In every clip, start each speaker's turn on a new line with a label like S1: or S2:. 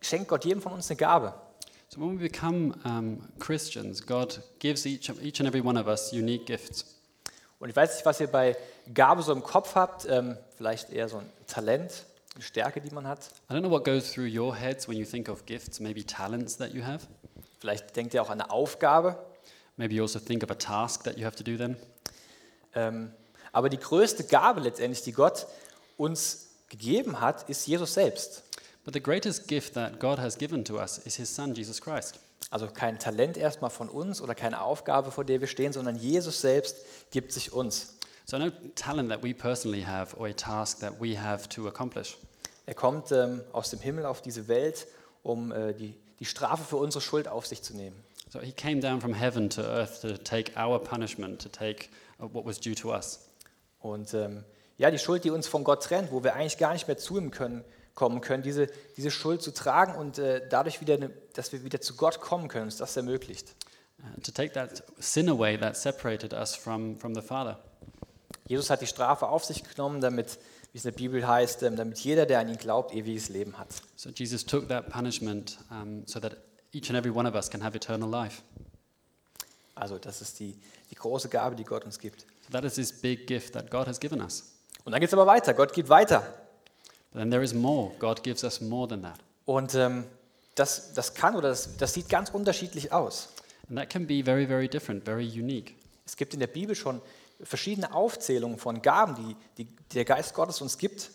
S1: schenkt Gott jedem von uns eine Gabe.
S2: So when we become um, Christians, God gives each, each and every one of us unique gifts.
S1: Und ich weiß nicht, was ihr bei Gabe so im Kopf habt, ähm, vielleicht eher so ein Talent, eine Stärke, die man hat.
S2: I don't know what goes through your heads when you think of gifts, maybe talents that you have.
S1: Vielleicht denkt ihr auch an eine Aufgabe.
S2: Maybe you also think of a task that you have to do then.
S1: Ähm, aber die größte Gabe letztendlich, die Gott uns gegeben hat, ist Jesus selbst.
S2: But the greatest gift that God has given to us is his son, Jesus Christ.
S1: Also kein Talent erstmal von uns oder keine Aufgabe, vor der wir stehen, sondern Jesus selbst gibt sich uns.
S2: So no talent that we personally have or a task that we have to accomplish.
S1: Er kommt ähm, aus dem Himmel auf diese Welt, um äh, die, die Strafe für unsere Schuld auf sich zu nehmen.
S2: So he came down from heaven to earth to take our punishment, to take uh, what was due to us.
S1: Und ähm, ja, die Schuld, die uns von Gott trennt, wo wir eigentlich gar nicht mehr zu ihm können, kommen können, diese, diese Schuld zu tragen und äh, dadurch wieder, eine, dass wir wieder zu Gott kommen können, uns das ermöglicht.
S2: uh, to take that sin away that separated us from, from the Father.
S1: Jesus hat die Strafe auf sich genommen, damit, wie es in der Bibel heißt, ähm, damit jeder, der an ihn glaubt, ewiges Leben hat.
S2: So Jesus took that punishment um, so that each and every one of us can have eternal life.
S1: Also das ist die, die große Gabe, die Gott uns gibt.
S2: So that is this big gift that God has given us.
S1: Und dann geht es aber weiter, Gott gibt weiter.
S2: But then there is more. God gives us more than that.
S1: Und ähm, das, das kann oder das, das sieht ganz unterschiedlich aus.
S2: And that can be very, very different, very unique.
S1: Es gibt in der Bibel schon verschiedene Aufzählungen von Gaben, die, die der Geist Gottes uns gibt.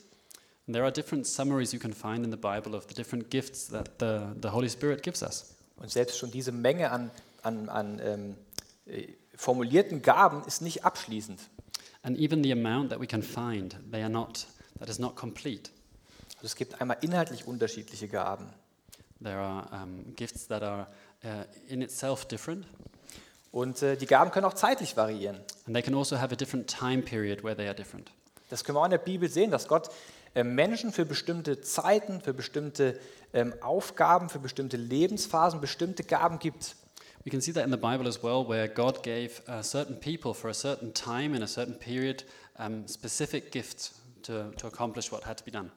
S2: And there are different summaries you can find in the Bible of the different gifts that the, the Holy Spirit gives us.
S1: Und selbst schon diese Menge an, an, an ähm, äh, formulierten Gaben ist nicht abschließend.
S2: And even the amount that we can find, they are not, that is not complete.
S1: Also es gibt einmal inhaltlich unterschiedliche Gaben.
S2: There are um, gifts that are uh, in itself different,
S1: Und äh, die Gaben können auch zeitlich variieren.
S2: and they can also have a different time period where they are different.
S1: Das können wir auch in der Bibel sehen, dass Gott äh, Menschen für bestimmte Zeiten, für bestimmte ähm, Aufgaben, für bestimmte Lebensphasen bestimmte Gaben gibt.
S2: We can see that in the Bible as well, where God gave uh, certain people for a certain time in a certain period um, specific gifts to, to accomplish what had to be done.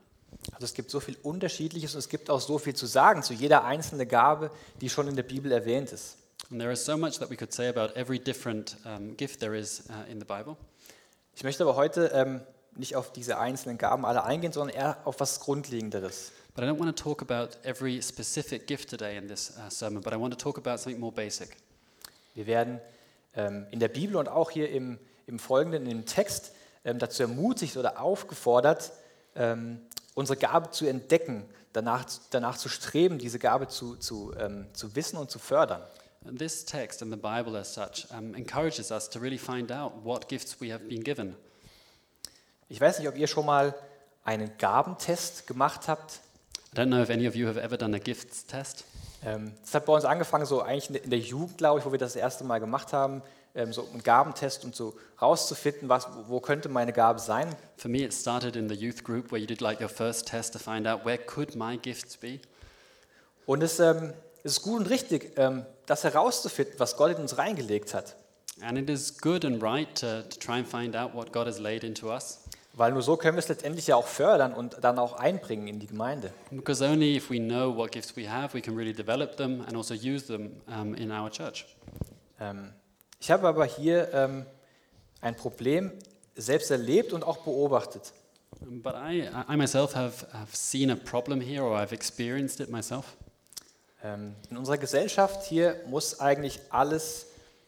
S1: Also es gibt so viel Unterschiedliches und es gibt auch so viel zu sagen zu jeder einzelnen Gabe, die schon in der Bibel erwähnt ist.
S2: And there is so much that we could say about every different um, gift there is uh, in the Bible.
S1: Ich möchte aber heute ähm, nicht auf diese einzelnen Gaben alle eingehen, sondern eher auf was Grundlegenderes.
S2: But I don't want to talk about every specific gift today in this uh, sermon, but I want to talk about something more basic.
S1: Wir werden ähm, in der Bibel und auch hier im, im Folgenden, in dem Text, ähm, dazu ermutigt oder aufgefordert, ähm, unsere Gabe zu entdecken, danach, danach zu streben, diese Gabe zu, zu, ähm, zu wissen und zu fördern.
S2: And this text and the Bible, as such, um, encourages us to really find out what gifts we have been given.
S1: Ich weiß nicht, ob ihr schon mal einen Gabentest gemacht habt.
S2: I don't know if any of you have ever done a gifts test.
S1: Ähm, Das hat bei uns angefangen, so eigentlich in der- in der Jugend, glaube ich, wo wir das, das erste Mal gemacht haben, ähm, so einen Gabentest, um so rauszufinden, was, wo könnte meine Gabe sein.
S2: For me, it started in the youth group where you did like your first test to find out where could my gifts be.
S1: Und es ähm, es ist gut und richtig, ähm, das herauszufinden, was Gott in uns reingelegt hat.
S2: And it is good and right to, to try and find out what God has laid into us,
S1: Weil nur so können wir es letztendlich ja auch fördern und dann auch einbringen in die Gemeinde.
S2: because only if we know what gifts we have, we can really develop them and also use them um, in our church.
S1: Ähm, ich habe aber hier ähm, ein Problem selbst erlebt und auch beobachtet.
S2: But I, I myself have, have seen a problem here, or I've experienced it myself.
S1: Ähm, in unserer Gesellschaft hier muss eigentlich alles,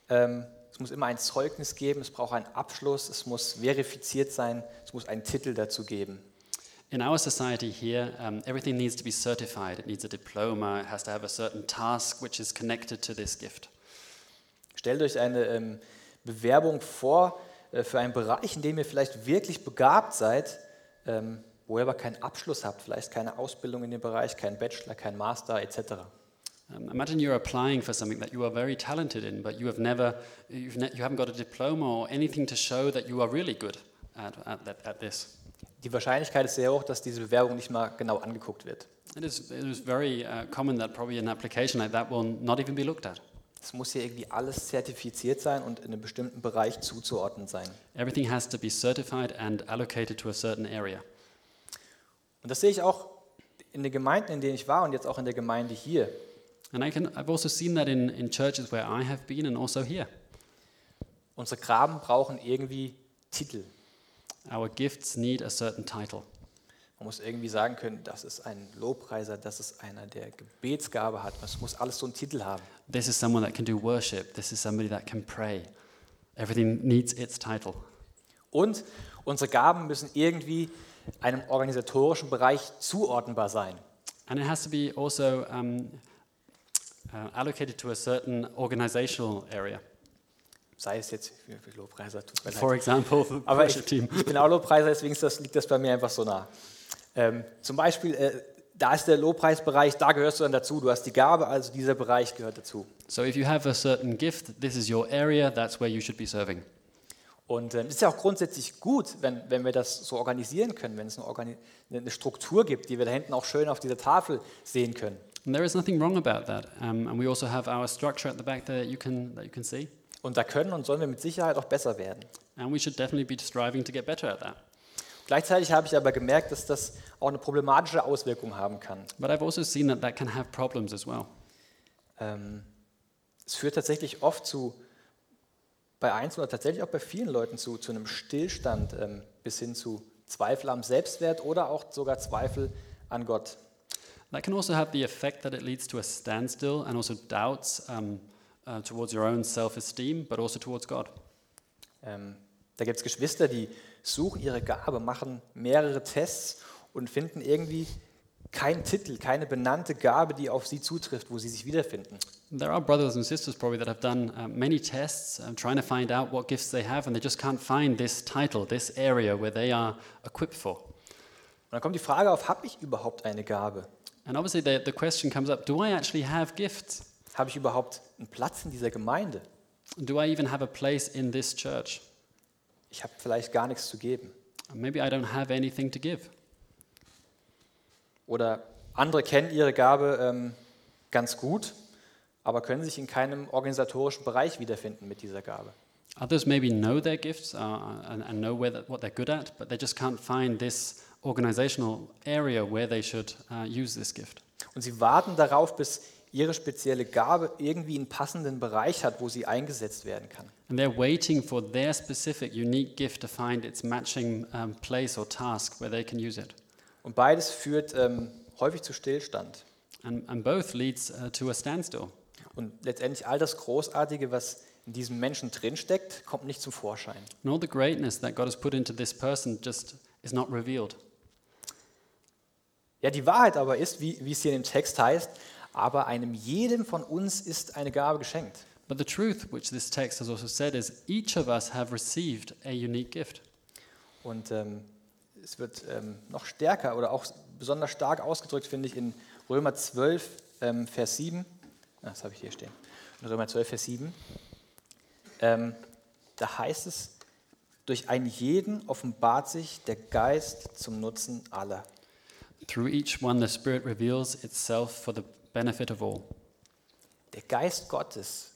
S1: ähm, es muss immer ein Zeugnis geben, es braucht einen Abschluss, es muss verifiziert sein, es muss einen Titel dazu geben.
S2: In our society here, um, everything needs to be certified. It needs a diploma, it has to have a certain task which is connected to this gift.
S1: Stellt euch eine ähm, Bewerbung vor äh, für einen Bereich, in dem ihr vielleicht wirklich begabt seid, ähm, wo ihr aber keinen Abschluss habt, vielleicht keine Ausbildung in dem Bereich, keinen Bachelor, keinen Master etc.
S2: Um, imagine you're applying for something that you are very talented in, but you have never, you've ne- you haven't got a diploma or anything to show that you are really good at, at, that, at this.
S1: Die Wahrscheinlichkeit ist sehr hoch, dass diese Bewerbung nicht mal genau angeguckt wird.
S2: It is, it is very uh, common that probably an application like that will not even be looked at.
S1: Es muss hier irgendwie alles zertifiziert sein und in einem bestimmten Bereich zuzuordnen sein.
S2: Everything has to be certified and allocated to a certain area.
S1: Und das sehe ich auch in den Gemeinden, in denen ich war und jetzt auch in der Gemeinde hier.
S2: And I can, I've also seen that in, in churches where I have been and also here.
S1: Unsere Graben brauchen irgendwie Titel.
S2: Our gifts need a certain title.
S1: Man muss irgendwie sagen können, das ist ein Lobpreiser, das ist einer, der Gebetsgabe hat. Das muss alles so einen Titel haben.
S2: This is someone that can do worship. This is somebody that can pray. Everything needs its title.
S1: Und unsere Gaben müssen irgendwie einem organisatorischen Bereich zuordnenbar sein.
S2: And it has to be also um, uh, allocated to a certain organizational area.
S1: Sei es jetzt für für Lobpreiser, tut mir
S2: For
S1: leid.
S2: example, the
S1: Aber
S2: worship
S1: ich,
S2: team.
S1: ich bin auch Lobpreiser, deswegen ist das, liegt das bei mir einfach so nah. Ähm, zum Beispiel, äh, da ist der Lobpreisbereich, da gehörst du dann dazu. Du hast die Gabe, also dieser Bereich gehört dazu.
S2: So if you have a certain gift, this is your area, that's where you should be serving.
S1: Und ähm, ist ja auch grundsätzlich gut, wenn, wenn wir das so organisieren können, wenn es eine, Organi eine Struktur gibt, die wir da hinten auch schön auf dieser Tafel sehen können.
S2: And there is nothing wrong about that. Um, and we also have our structure at the back there that you can that you can see.
S1: Und da können und sollen wir mit Sicherheit auch besser werden.
S2: And we should definitely be striving to get better at that.
S1: Gleichzeitig habe ich aber gemerkt, dass das auch eine problematische Auswirkung haben kann.
S2: But I've also seen that that can have problems as well.
S1: Ähm, es führt tatsächlich oft zu, bei Einzelnen oder tatsächlich auch bei vielen Leuten zu, zu einem Stillstand ähm, bis hin zu Zweifel am Selbstwert oder auch sogar Zweifel an Gott.
S2: That can also have the effect that it leads to a standstill and also doubts um, uh, towards your own self-esteem, but also towards God.
S1: Ähm, da gibt es Geschwister, die suchen ihre Gabe, machen mehrere Tests und finden irgendwie keinen Titel, keine benannte Gabe, die auf sie zutrifft, wo sie sich wiederfinden.
S2: There are brothers and sisters probably that have done uh, many tests um, trying to find out what gifts they have, and they just can't find this title, this area where they are equipped for.
S1: Und dann kommt die Frage auf, habe ich überhaupt eine Gabe?
S2: And obviously, the, the question comes up do I actually have gifts?
S1: Habe ich überhaupt einen Platz in dieser Gemeinde?
S2: Do I even have a place in this church?
S1: Ich habe vielleicht gar nichts zu geben.
S2: And Maybe I don't have anything to give.
S1: Oder andere kennen ihre Gabe ähm, ganz gut, aber können sich in keinem organisatorischen Bereich wiederfinden mit dieser Gabe.
S2: Others maybe know their gifts uh, and, and know where that, what they're good at, but they just can't find this organizational area where they should uh, use this gift.
S1: Und sie warten darauf, bis ihre spezielle Gabe irgendwie einen passenden Bereich hat, wo sie eingesetzt werden kann.
S2: And they're waiting for their specific, unique gift to find its matching um, place or task where they can use it.
S1: Und beides führt ähm, häufig zu Stillstand.
S2: And, and both leads uh, to a standstill.
S1: Und letztendlich all das Großartige, was in diesem Menschen drinsteckt, kommt nicht zum Vorschein.
S2: And all the greatness that God has put into this person just is not revealed.
S1: Ja, die Wahrheit aber ist, wie, wie es hier in dem Text heißt, aber einem jedem von uns ist eine Gabe geschenkt.
S2: But the truth, which this text has also said, is each of us have received a unique gift.
S1: Und ähm, es wird ähm, noch stärker oder auch besonders stark ausgedrückt, finde ich, in Römer 12, ähm, Vers 7. Ah, Das habe ich hier stehen. In Römer 12, Vers 7. Ähm, da heißt es, durch einen jeden offenbart sich der Geist zum Nutzen aller.
S2: Through each one, the Spirit reveals itself for the benefit of all.
S1: Der Geist Gottes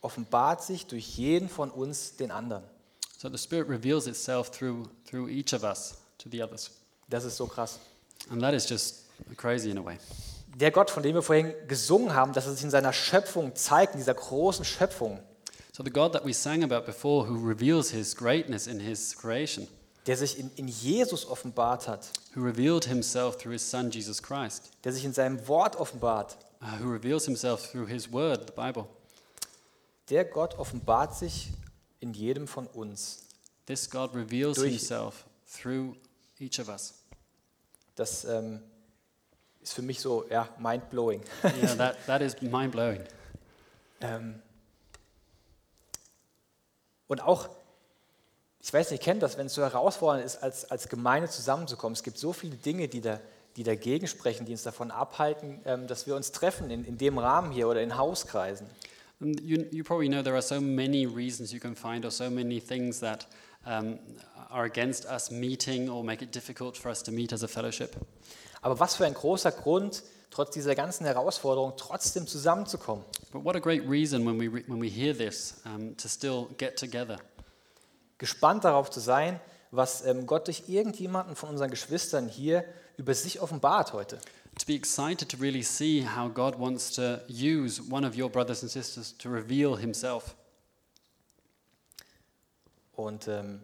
S1: offenbart sich durch jeden von uns den anderen.
S2: So the Spirit reveals itself through, through each of us to the others.
S1: Das ist so krass.
S2: And that is just crazy in a way.
S1: Der Gott, von dem wir vorhin gesungen haben, dass er sich in seiner Schöpfung zeigt, in dieser großen Schöpfung,
S2: So the God that we sang about before, who reveals his greatness in his creation,
S1: der sich in, in Jesus offenbart hat,
S2: who revealed himself through his Son Jesus Christ,
S1: der sich in seinem Wort offenbart.
S2: uh, who reveals himself through his word, the Bible.
S1: Der Gott offenbart sich in jedem von uns.
S2: This God reveals
S1: Durch-
S2: himself through each of us.
S1: Das ähm, ist für mich so, ja, mind-blowing.
S2: yeah, that, that is mind blowing.
S1: Ähm, und auch, ich weiß nicht, kennt das, wenn es so herausfordernd ist, als, als Gemeinde zusammenzukommen. Es gibt so viele Dinge, die, da, die dagegen sprechen, die uns davon abhalten, ähm, dass wir uns treffen in, in dem Rahmen hier oder in Hauskreisen.
S2: And you, you probably know there are so many reasons you can find, or so many things that um, are against us meeting or make it difficult for us to meet as a fellowship.
S1: Aber was für ein großer Grund, trotz dieser ganzen Herausforderung trotzdem zusammenzukommen.
S2: But what a great reason when we, re- when we hear this um, to still get together,
S1: gespannt darauf zu sein, was ähm, Gott durch irgendjemanden von unseren Geschwistern hier über sich offenbart heute.
S2: to be excited to really see how God wants to use one of your brothers and sisters to reveal himself.
S1: Und ähm,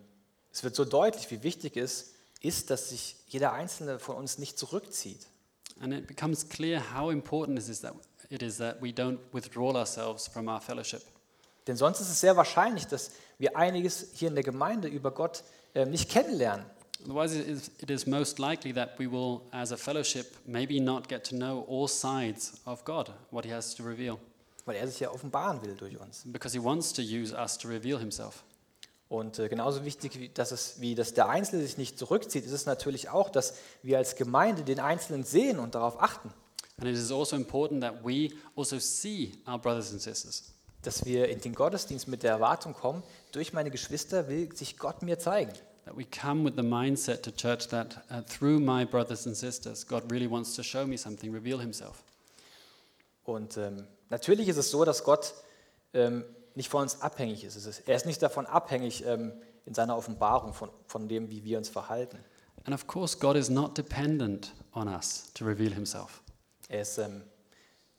S1: es wird so deutlich, wie wichtig es ist, dass sich jeder einzelne von uns nicht zurückzieht.
S2: And it becomes clear how important it is that it is that we don't withdraw ourselves from our fellowship.
S1: Denn sonst ist es sehr wahrscheinlich, dass wir einiges hier in der Gemeinde über Gott ähm, nicht kennenlernen.
S2: Otherwise, it is, it is most likely that we will, as a fellowship, maybe not get to know all sides of God, what He has to reveal,
S1: weil er sich ja offenbaren will durch uns.
S2: because He wants to use us to reveal Himself.
S1: Und äh, genauso wichtig, wie, dass es, wie dass der Einzelne sich nicht zurückzieht, ist es natürlich auch, dass wir als Gemeinde den Einzelnen sehen und darauf achten,
S2: And it is also important that we also see our brothers and sisters,
S1: dass wir in den Gottesdienst mit der Erwartung kommen, durch meine Geschwister will sich Gott mir zeigen.
S2: that we come with the mindset to church that uh, through my brothers and sisters, God really wants to show me something, reveal Himself.
S1: Und ähm, natürlich ist es so, dass Gott ähm, nicht von uns abhängig ist. Es ist. Er ist nicht davon abhängig ähm, in seiner Offenbarung von, von dem, wie wir uns verhalten.
S2: And of course, God is not dependent on us to reveal Himself.
S1: Er ist ähm,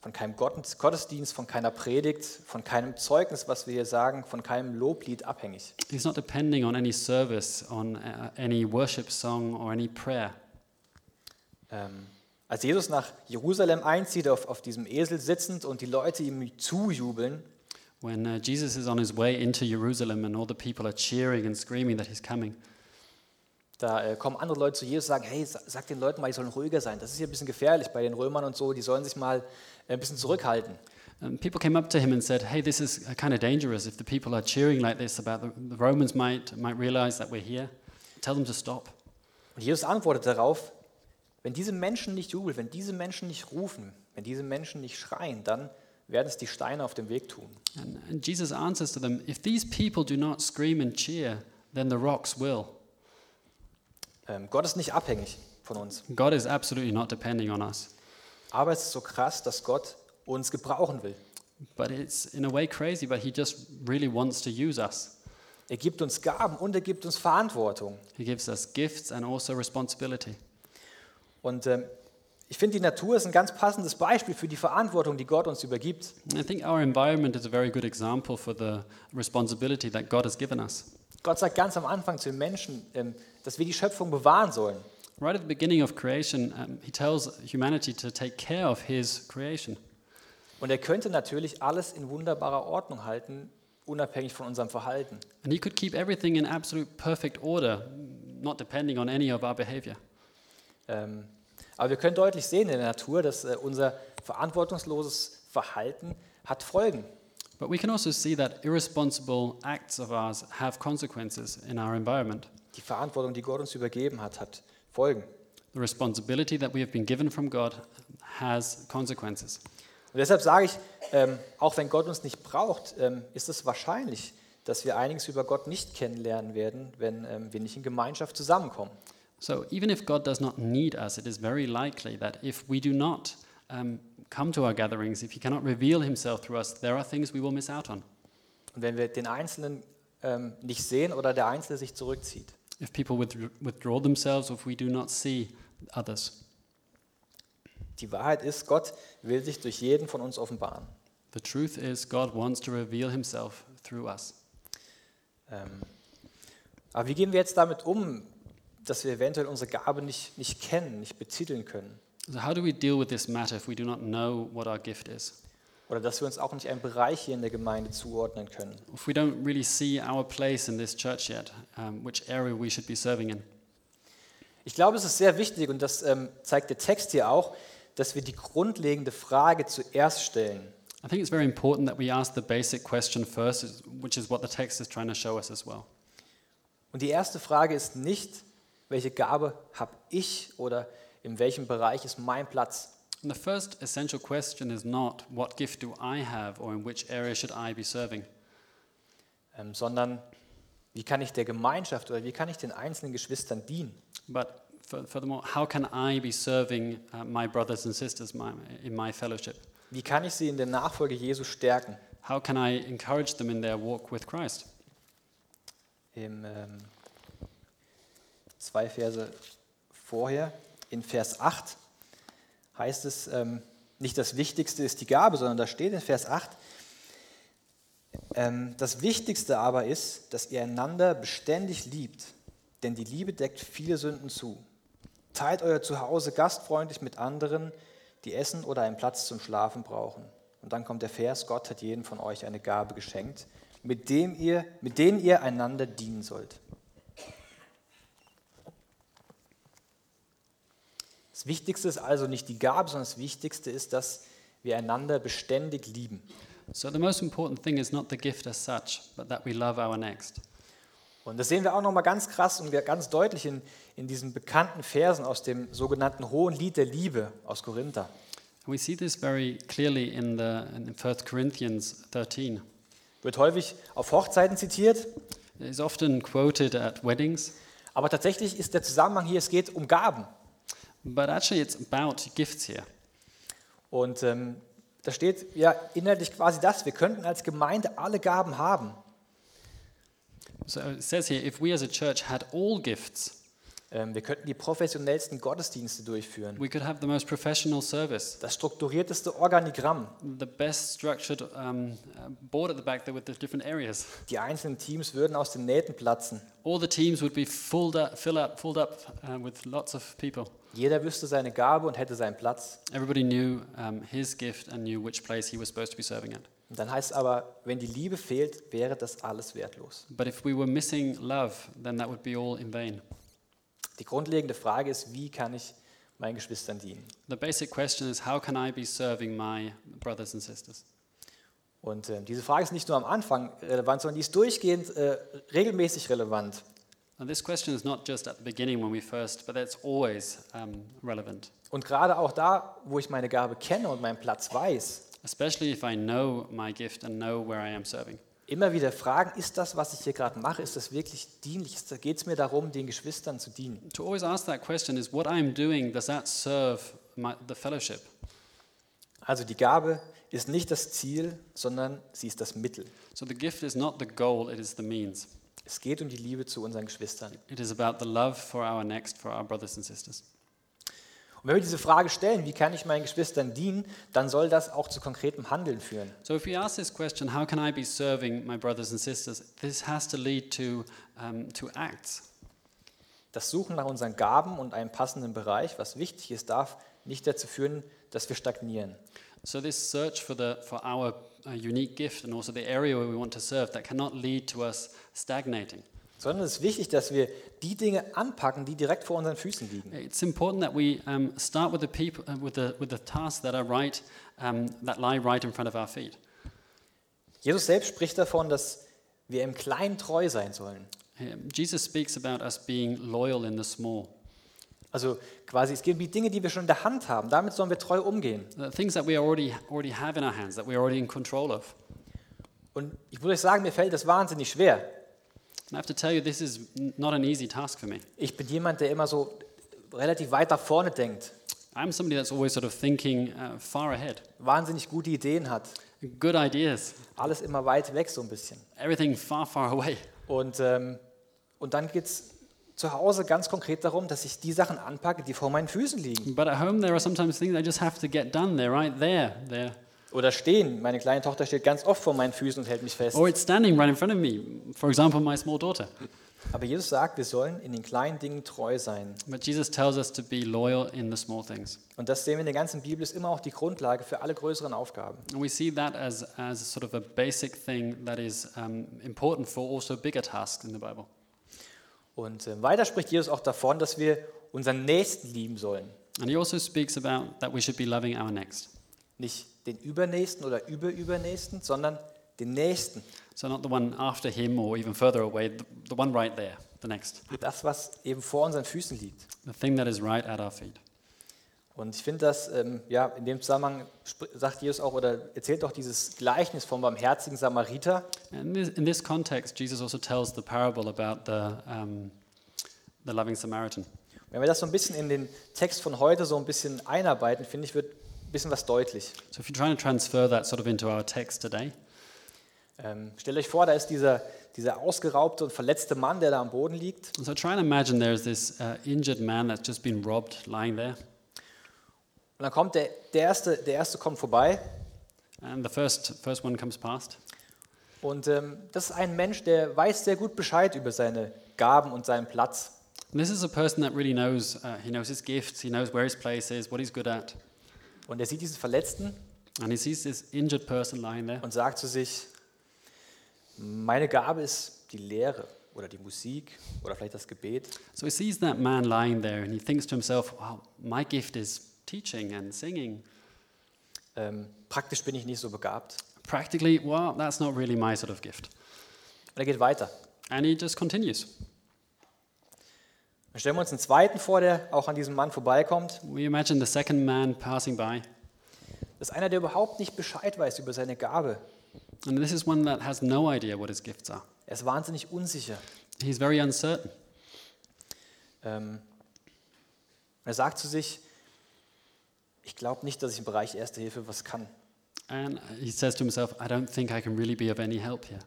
S1: von keinem Gott- Gottesdienst, von keiner Predigt, von keinem Zeugnis, was wir hier sagen, von keinem Loblied abhängig.
S2: He's not depending on any service, on uh, any worship song, or any prayer.
S1: Ähm, als Jesus nach Jerusalem einzieht, auf, auf diesem Esel sitzend und die Leute ihm zujubeln,
S2: When uh, Jesus is on his way into Jerusalem and all the people are cheering and screaming that he's coming,
S1: da äh, kommen andere Leute zu Jesus und sagen, hey, sa- sag den Leuten mal, die sollen ruhiger sein. Das ist hier ein bisschen gefährlich bei den Römern und so, die sollen sich mal äh, ein bisschen zurückhalten.
S2: um, people came up to him and said, Hey, this is kind of dangerous. If the people are cheering like this about the, the Romans, might, might realize that we're here. Tell them to stop.
S1: Und Jesus antwortet darauf, wenn diese Menschen nicht jubeln, wenn diese Menschen nicht rufen, wenn diese Menschen nicht schreien, dann werden es die Steine auf dem Weg tun.
S2: And, and Jesus answers to them, If these people do not scream and cheer, then the rocks will.
S1: Ähm, Gott ist nicht abhängig von uns.
S2: God is absolutely not depending on us.
S1: Aber es ist so krass, dass Gott uns gebrauchen will.
S2: But it's in a way crazy, but he just really wants to use us.
S1: Er gibt uns Gaben und er gibt uns Verantwortung.
S2: He gives us gifts and also responsibility.
S1: Und ähm, ich finde, die Natur ist ein ganz passendes Beispiel für die Verantwortung, die Gott uns übergibt.
S2: And I think our environment is a very good example for the responsibility that God has given us.
S1: Gott sagt ganz am Anfang zu den Menschen, ähm, dass wir die Schöpfung bewahren sollen.
S2: Right at the beginning of creation, um, he tells humanity to take care of his creation.
S1: Und er könnte natürlich alles in wunderbarer Ordnung halten, unabhängig von unserem Verhalten.
S2: And he could keep everything in absolute perfect order, not depending on any of our behavior.
S1: Ähm, aber wir können deutlich sehen in der Natur, dass äh, unser verantwortungsloses Verhalten hat Folgen.
S2: But we can also see that irresponsible acts of ours have consequences in our environment.
S1: Die Verantwortung, die Gott uns übergeben hat, hat Folgen.
S2: The responsibility that we have been given from God has consequences.
S1: Und deshalb sage ich, ähm, auch wenn Gott uns nicht braucht, ähm, ist es wahrscheinlich, dass wir einiges über Gott nicht kennenlernen werden, wenn ähm, wir nicht in Gemeinschaft zusammenkommen.
S2: So, even if God does not need us, it is very likely that if we do not um, come to our gatherings, if He cannot reveal Himself through us, there are things we will miss out on.
S1: Und wenn wir den Einzelnen ähm, nicht sehen oder der Einzelne sich zurückzieht.
S2: If people with- withdraw themselves, or if we do not see others.
S1: Die Wahrheit ist, Gott will sich durch jeden von uns offenbaren.
S2: The truth is, God wants to reveal Himself through us.
S1: Ähm, aber wie gehen wir jetzt damit um, dass wir eventuell unsere Gabe nicht, nicht kennen, nicht betiteln können?
S2: So, how do we deal with this matter if we do not know what our gift is?
S1: Oder dass wir uns auch nicht einem Bereich hier in der Gemeinde zuordnen können?
S2: If we don't really see our place in this church yet, um, which area we should be serving in?
S1: Ich glaube, es ist sehr wichtig, und das ähm, zeigt der Text hier auch, dass wir die grundlegende Frage zuerst stellen.
S2: I think it's very important that we ask the basic question first, is- which is what the text is trying to show us as well.
S1: Und die erste Frage ist nicht, welche Gabe habe ich oder in welchem Bereich ist mein Platz,
S2: And the first essential question is not what gift do I have or in which area should I be serving,
S1: ähm, sondern wie kann ich der Gemeinschaft oder wie kann ich den einzelnen Geschwistern dienen?
S2: but fur- furthermore, how can I be serving uh, my brothers and sisters my, in my fellowship?
S1: Wie kann ich sie in der Nachfolge Jesu stärken?
S2: How can I encourage them in their walk with Christ?
S1: Im ähm, zwei Verse vorher, in Vers 8, heißt es, ähm, nicht das Wichtigste ist die Gabe, sondern da steht in Vers 8, ähm, das Wichtigste aber ist, dass ihr einander beständig liebt, denn die Liebe deckt viele Sünden zu. Teilt euer Zuhause gastfreundlich mit anderen, die Essen oder einen Platz zum Schlafen brauchen. Und dann kommt der Vers, Gott hat jedem von euch eine Gabe geschenkt, mit, dem ihr, mit denen ihr einander dienen sollt. Das Wichtigste ist also nicht die Gabe, sondern das Wichtigste ist, dass wir einander beständig lieben.
S2: So the most important thing is not the gift as such, but that we love our next.
S1: Und das sehen wir auch nochmal ganz krass und ganz deutlich in, in diesen bekannten Versen aus dem sogenannten Hohen Lied der Liebe aus Korinther.
S2: And we see this very clearly in the in 1 Corinthians 13.
S1: Wird häufig auf Hochzeiten zitiert,
S2: It is often quoted at weddings,
S1: aber tatsächlich ist der Zusammenhang hier, es geht um Gaben.
S2: but actually it's about gifts here.
S1: Und ähm, da steht ja inhaltlich quasi das, wir könnten als Gemeinde alle Gaben haben.
S2: So it says here if we as a church had all gifts,
S1: Ähm, wir könnten die professionellsten Gottesdienste durchführen,
S2: we could have the most professional service,
S1: das strukturierteste Organigramm,
S2: the best structured um, uh, board at the back there with the different areas.
S1: die einzelnen Teams würden aus den Nähten platzen,
S2: All the teams would be filled up, filled up, filled up uh, with lots of people.
S1: jeder wüsste seine Gabe und hätte seinen Platz.
S2: Everybody knew um, his gift and knew which place he was supposed to be serving at.
S1: Und dann heißt es aber, wenn die Liebe fehlt, wäre das alles wertlos.
S2: But if we were missing love, then that would be all in vain.
S1: Die grundlegende Frage ist, wie kann ich meinen Geschwistern dienen?
S2: The basic question is how can I be serving my brothers and sisters?
S1: Und äh, diese Frage ist nicht nur am Anfang relevant, sondern die ist durchgehend äh, regelmäßig relevant.
S2: And this question is not just at the beginning when we first, but that's always um, relevant,
S1: Und gerade auch da, wo ich meine Gabe kenne und meinen Platz weiß,
S2: especially if I know my gift and know where I am serving.
S1: immer wieder fragen, ist das, was ich hier gerade mache, ist das wirklich dienlich? Geht es mir darum, den Geschwistern zu dienen?
S2: To always ask that question is what I'm doing, does that serve my, the fellowship?
S1: Also die Gabe ist nicht das Ziel, sondern sie ist das Mittel.
S2: So the gift is not the goal, it is the means.
S1: Es geht um die Liebe zu unseren Geschwistern.
S2: It is about the love for our next, for our brothers and sisters.
S1: Und wenn wir diese Frage stellen, wie kann ich meinen Geschwistern dienen, dann soll das auch zu konkretem Handeln führen.
S2: So if we ask this question, how can I be serving my brothers and sisters? This has to lead to, um, to acts.
S1: Das Suchen nach unseren Gaben und einem passenden Bereich, was wichtig ist, darf nicht dazu führen, dass wir stagnieren.
S2: So this search for the for our uh, unique gift and also the area where we want to serve that cannot lead to us stagnating.
S1: Sondern es ist wichtig, dass wir die Dinge anpacken, die direkt vor unseren Füßen liegen.
S2: It's important that we um, start with the people uh, with the with the tasks that are right um, that lie right in front of our feet.
S1: Jesus selbst spricht davon, dass wir im Kleinen treu sein sollen.
S2: Um, Jesus speaks about us being loyal in the small.
S1: Also quasi, es geht um die Dinge, die wir schon in der Hand haben. Damit sollen wir treu umgehen.
S2: The uh, things that we already already have in our hands that we're already in control of.
S1: Und ich muss euch sagen, mir fällt das wahnsinnig schwer.
S2: And I have to tell you this is n- not an easy task for me.
S1: Ich bin jemand, der immer so relativ weit nach vorne denkt,
S2: I'm somebody that's always sort of thinking uh, far ahead.
S1: wahnsinnig gute Ideen hat,
S2: Good ideas,
S1: alles immer weit weg so ein bisschen.
S2: everything far far away.
S1: Und, ähm, und dann geht es zu Hause ganz konkret darum, dass ich die Sachen anpacke, die vor meinen Füßen liegen.
S2: But at home, there are sometimes things I just have to get done. They're right there. They're,
S1: Oder stehen. Meine kleine Tochter steht ganz oft vor meinen Füßen und hält mich fest.
S2: or it's standing right in front of me. For example, my small daughter.
S1: Aber Jesus sagt, wir sollen in den kleinen Dingen treu sein.
S2: But Jesus tells us to be loyal in the small things.
S1: Und das sehen wir in der ganzen Bibel, ist immer auch die Grundlage für alle größeren Aufgaben.
S2: And we see that as, as sort of a basic thing that is um, important for also bigger tasks in the Bible.
S1: Und äh, weiter spricht Jesus auch davon, dass wir unseren Nächsten lieben sollen.
S2: And he also speaks about that we should be loving our next.
S1: Nicht den Übernächsten oder Überübernächsten, sondern den Nächsten.
S2: So, not the one after him or even further away, the, the one right there, the next.
S1: Das, was eben vor unseren Füßen liegt.
S2: The thing that is right at our feet.
S1: Und ich finde das, ähm, ja, in dem Zusammenhang sp- sagt Jesus auch oder erzählt auch dieses Gleichnis vom barmherzigen Samariter.
S2: In this, in this context, Jesus also tells the parable about the, um, the loving Samaritan.
S1: Wenn wir das so ein bisschen in den Text von heute so ein bisschen einarbeiten, finde ich, wird ein bisschen was deutlich.
S2: So if you're trying to transfer that sort of into our text today,
S1: Ähm, stellt euch vor, da ist dieser, dieser ausgeraubte und verletzte Mann, der da am Boden liegt.
S2: so try and imagine there's this uh, injured man that's just been robbed lying there.
S1: Und Und dann kommt der, der, erste, der erste kommt vorbei
S2: And the first, first one comes past.
S1: und ähm, das ist ein Mensch, der weiß sehr gut Bescheid über seine Gaben und seinen Platz.
S2: And this is a person that really knows. Uh, he knows his gifts. He knows where his place is, what he's good at.
S1: Und er sieht diesen Verletzten
S2: And he sees this injured person lying there,
S1: und sagt zu sich, meine Gabe ist die Lehre oder die Musik oder vielleicht das Gebet.
S2: so he sees that man lying there, and he thinks to himself, "Wow, my gift is teaching and singing.
S1: Ähm, praktisch bin ich nicht so begabt.
S2: Practically, well, that's not really my sort of gift."
S1: Und er geht weiter.
S2: And he just continues.
S1: Dann stellen wir uns einen zweiten vor, der auch an diesem Mann vorbeikommt.
S2: We imagine the second man passing by,
S1: Das ist einer, der überhaupt nicht Bescheid weiß über seine Gabe.
S2: and this is one that has no idea what his gifts are.
S1: Er ist wahnsinnig unsicher.
S2: He's very uncertain.
S1: Ähm, und er sagt zu sich, ich glaube nicht, dass ich im Bereich Erste Hilfe was kann.
S2: And he says to himself, I don't think I can really be of any help here.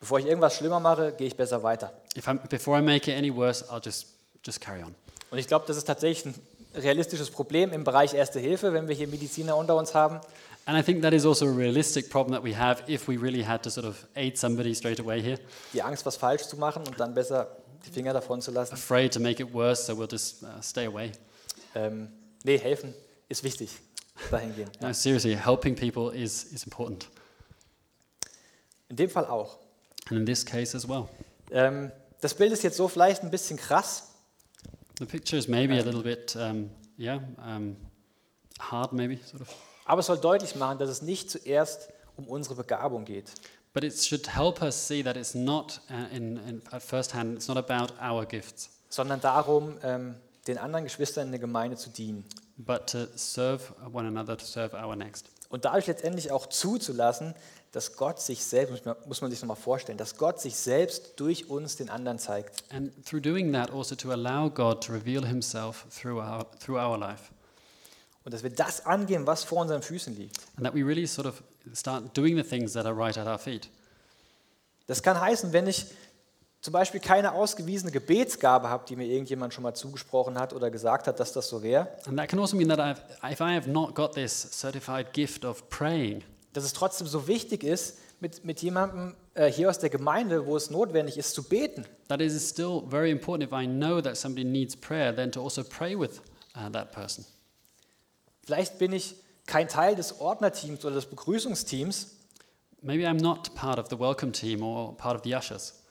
S1: Bevor ich irgendwas schlimmer mache, gehe ich besser weiter.
S2: If I'm, before I make it any worse, I'll just, just carry on.
S1: Und ich glaube, das ist tatsächlich ein realistisches Problem im Bereich Erste Hilfe, wenn wir hier Mediziner unter uns haben.
S2: And I think that is also a realistic problem that we have if we really had to sort of aid somebody straight away here,
S1: Die Angst, was falsch zu machen und dann besser die Finger davon zu lassen.
S2: afraid to make it worse, so we'll just uh, stay away.
S1: Ähm, nee, helfen ist wichtig. Dahingehend.
S2: No, seriously, helping people is, is important.
S1: In dem Fall auch.
S2: And in this case as well.
S1: Ähm, das Bild ist jetzt so vielleicht ein bisschen krass,
S2: The picture is maybe a little bit, um, yeah, um, hard maybe, sort of.
S1: aber es soll deutlich machen, dass es nicht zuerst um unsere Begabung geht.
S2: But it should help us see that it's not, uh, in, in, at first hand, it's not about our gifts,
S1: sondern darum, ähm, den anderen Geschwistern in der Gemeinde zu dienen.
S2: but to serve one another, to serve our next.
S1: Und dadurch letztendlich auch zuzulassen, dass Gott sich selbst, muss man- muss man sich nochmal vorstellen, dass Gott sich selbst durch uns den anderen zeigt.
S2: And through doing that, also to allow God to reveal Himself through our, through our life.
S1: Und dass wir das angehen, was vor unseren Füßen liegt.
S2: And that we really sort of start doing the things that are right at our feet.
S1: Das kann heißen, wenn ich zum Beispiel keine ausgewiesene Gebetsgabe habe, die mir irgendjemand schon mal zugesprochen hat oder gesagt hat, dass das so wäre,
S2: And that can also mean that I've, if I have not got this certified gift of praying,
S1: dass es trotzdem so wichtig ist, mit, mit jemandem äh, hier aus der Gemeinde, wo es notwendig ist, zu beten.
S2: that it is still very important if I know that somebody needs prayer, then to also pray with uh, that person.
S1: Vielleicht bin ich kein Teil des Ordnerteams oder des Begrüßungsteams,
S2: Maybe I'm not part of the welcome team or part of the ushers.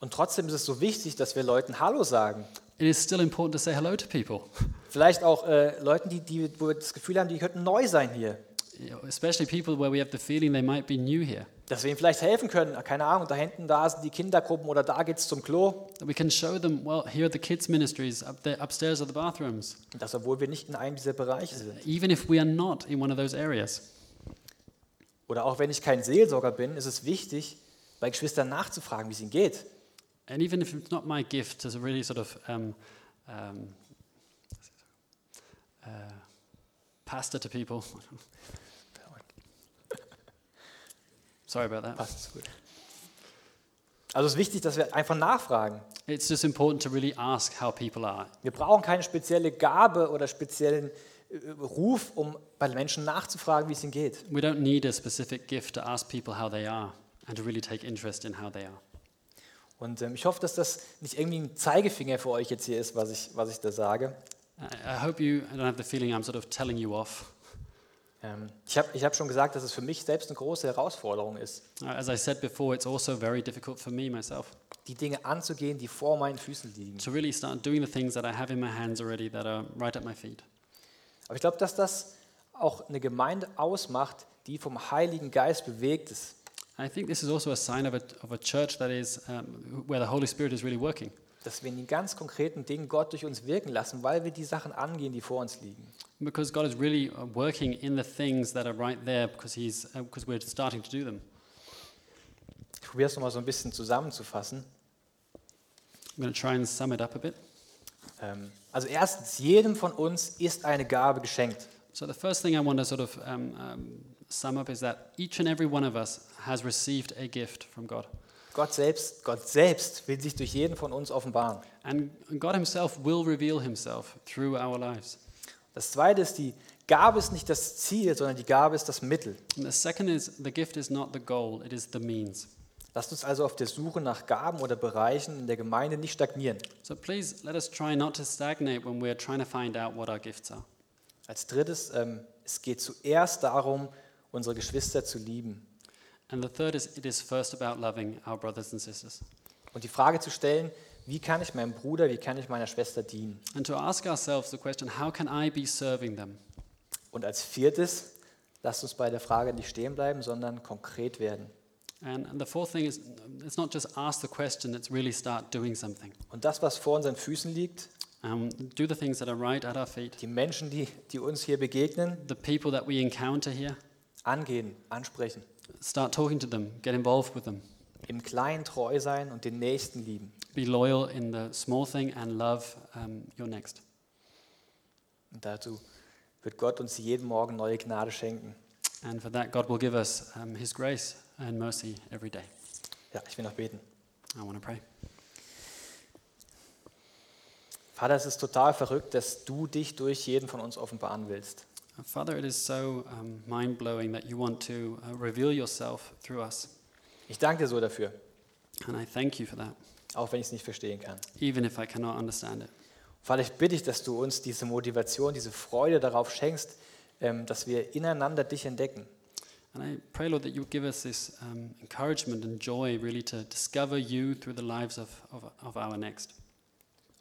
S1: Und trotzdem ist es so wichtig, dass wir Leuten Hallo sagen.
S2: It is still important to say hello to people,
S1: Vielleicht auch äh, Leuten, die, die, wo wir das Gefühl haben, die könnten neu sein hier.
S2: you know, especially people where we have the feeling they might be new here.
S1: Dass wir ihnen vielleicht helfen können. Ah, Keine Ahnung, da hinten, da sind die Kindergruppen oder da geht's zum Klo.
S2: That we can show them, well, here are the kids' ministries, up there, upstairs are the bathrooms,
S1: Und das, obwohl wir nicht in einem dieser Bereiche sind.
S2: even if we are not in one of those areas.
S1: Oder auch wenn ich kein Seelsorger bin, ist es wichtig, bei Geschwistern nachzufragen, wie es ihnen geht.
S2: And even if it's not my gift to really sort of um, um, uh, pastor to people. Sorry about that.
S1: Passt gut. Also es ist wichtig, dass wir einfach nachfragen.
S2: It's just important to really ask how people are.
S1: Wir brauchen keine spezielle Gabe oder speziellen äh, Ruf, um bei den Menschen nachzufragen, wie es ihnen geht.
S2: We don't need a specific gift to ask people how they are and to really take interest in how they are.
S1: Und ähm, ich hoffe, dass das nicht irgendwie ein Zeigefinger für euch jetzt hier ist, was ich, was ich da sage.
S2: I, I hope you I don't have the feeling I'm sort of telling you off.
S1: Ähm, ich habe ich hab schon gesagt, dass es für mich selbst eine große Herausforderung ist,
S2: Uh, As I said before, it's also very difficult for me myself
S1: die Dinge anzugehen, die vor meinen Füßen liegen.
S2: to really start doing the things that I have in my hands already that are right at my feet.
S1: Aber ich glaube, dass das auch eine Gemeinde ausmacht, die vom Heiligen Geist bewegt ist.
S2: I think this is also a sign of a, of a church that is um, where the Holy Spirit is really working.
S1: Dass wir in den ganz konkreten Dingen Gott durch uns wirken lassen, weil wir die Sachen angehen, die vor uns liegen.
S2: Because God is really uh, working in the things that are right there because, he's, uh, because we're starting to do them.
S1: Ich probiere es nochmal so ein bisschen zusammenzufassen.
S2: I'm going to try and sum it up a bit.
S1: Ähm, also erstens, jedem von uns ist eine Gabe geschenkt.
S2: So, the first thing I want to sort of um, um, sum up is that each and every one of us has received a gift from God.
S1: Gott selbst, Gott selbst will sich durch jeden von uns offenbaren.
S2: And God Himself will reveal Himself through our lives.
S1: Das zweite ist die Gabe ist nicht das Ziel, sondern die Gabe ist das Mittel.
S2: And the second is the gift is not the goal, it is the means.
S1: Lasst uns also auf der Suche nach Gaben oder Bereichen in der Gemeinde nicht stagnieren.
S2: So please let us try not to stagnate when we're trying to find out what our gifts are.
S1: Als drittes, ähm, es geht zuerst darum, unsere Geschwister zu lieben
S2: And the third is it is first about loving our brothers and sisters.
S1: und die Frage zu stellen, wie kann ich meinem Bruder, wie kann ich meiner Schwester dienen?
S2: And to ask ourselves the question, how can I be serving them?
S1: Und als viertes, lasst uns bei der Frage nicht stehen bleiben, sondern konkret werden.
S2: And, and the fourth thing is it's not just ask the question, it's really start doing something.
S1: Und das, was vor unseren Füßen liegt,
S2: Um, do the things that are right at our feet.
S1: die Menschen, die, die uns hier begegnen,
S2: The people that we encounter here,
S1: angehen, ansprechen.
S2: start talking to them, get involved with them.
S1: Im Kleinen treu sein und den Nächsten lieben.
S2: Be loyal in the small thing and love um, your next.
S1: Und dazu wird Gott uns jeden Morgen neue Gnade schenken.
S2: And for that, God will give us um, His grace and mercy every day.
S1: Ja, ich will noch beten.
S2: I want to pray.
S1: Vater, es ist total verrückt, dass du dich durch jeden von uns offenbaren willst.
S2: Uh, Father, it is so um, mind blowing that you want to uh, reveal yourself through us.
S1: Ich danke dir so dafür,
S2: And I thank you for that,
S1: auch wenn ich es nicht verstehen kann.
S2: even if I cannot understand it.
S1: Vater, ich bitte dich, dass du uns diese Motivation, diese Freude darauf schenkst, ähm, dass wir ineinander dich entdecken.
S2: And I pray, Lord, that you would give us this um, encouragement and joy, really, to discover you through the lives of, of, of our next.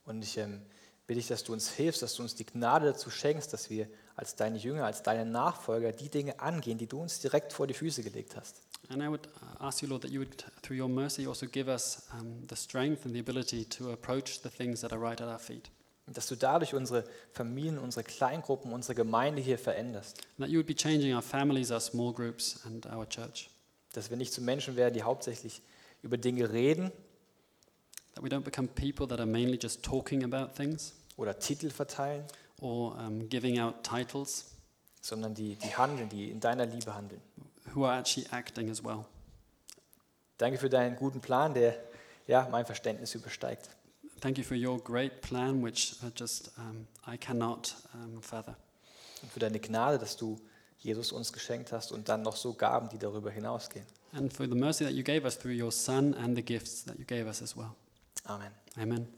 S1: Und ich ähm, bitte dich, dass du uns hilfst, dass du uns die Gnade dazu schenkst, dass wir als deine Jünger, als deine Nachfolger die Dinge angehen, die du uns direkt vor die Füße gelegt hast.
S2: And I would uh, ask you, Lord, that you would, through your mercy, also give us um, the strength and the ability to approach the things that are right at our feet.
S1: Und dass du dadurch unsere Familien, unsere Kleingruppen, unsere Gemeinde hier veränderst.
S2: And that you would be changing our families, our small groups, and our church.
S1: Dass wir nicht zu Menschen werden, die hauptsächlich über Dinge reden
S2: That we don't become people that are mainly just talking about things
S1: oder Titel verteilen,
S2: or um, giving out titles,
S1: sondern die, die handeln, die in deiner Liebe handeln.
S2: who are actually acting as well.
S1: Danke für deinen guten Plan, der ja, mein Verständnis übersteigt.
S2: Thank you for your great plan, which uh, just um, I cannot um, fathom.
S1: Und für deine Gnade, dass du Jesus uns geschenkt hast und dann noch so Gaben, die darüber hinausgehen.
S2: And for the mercy that you gave us through your Son and the gifts that you gave us as well.
S1: Amen.
S2: Amen.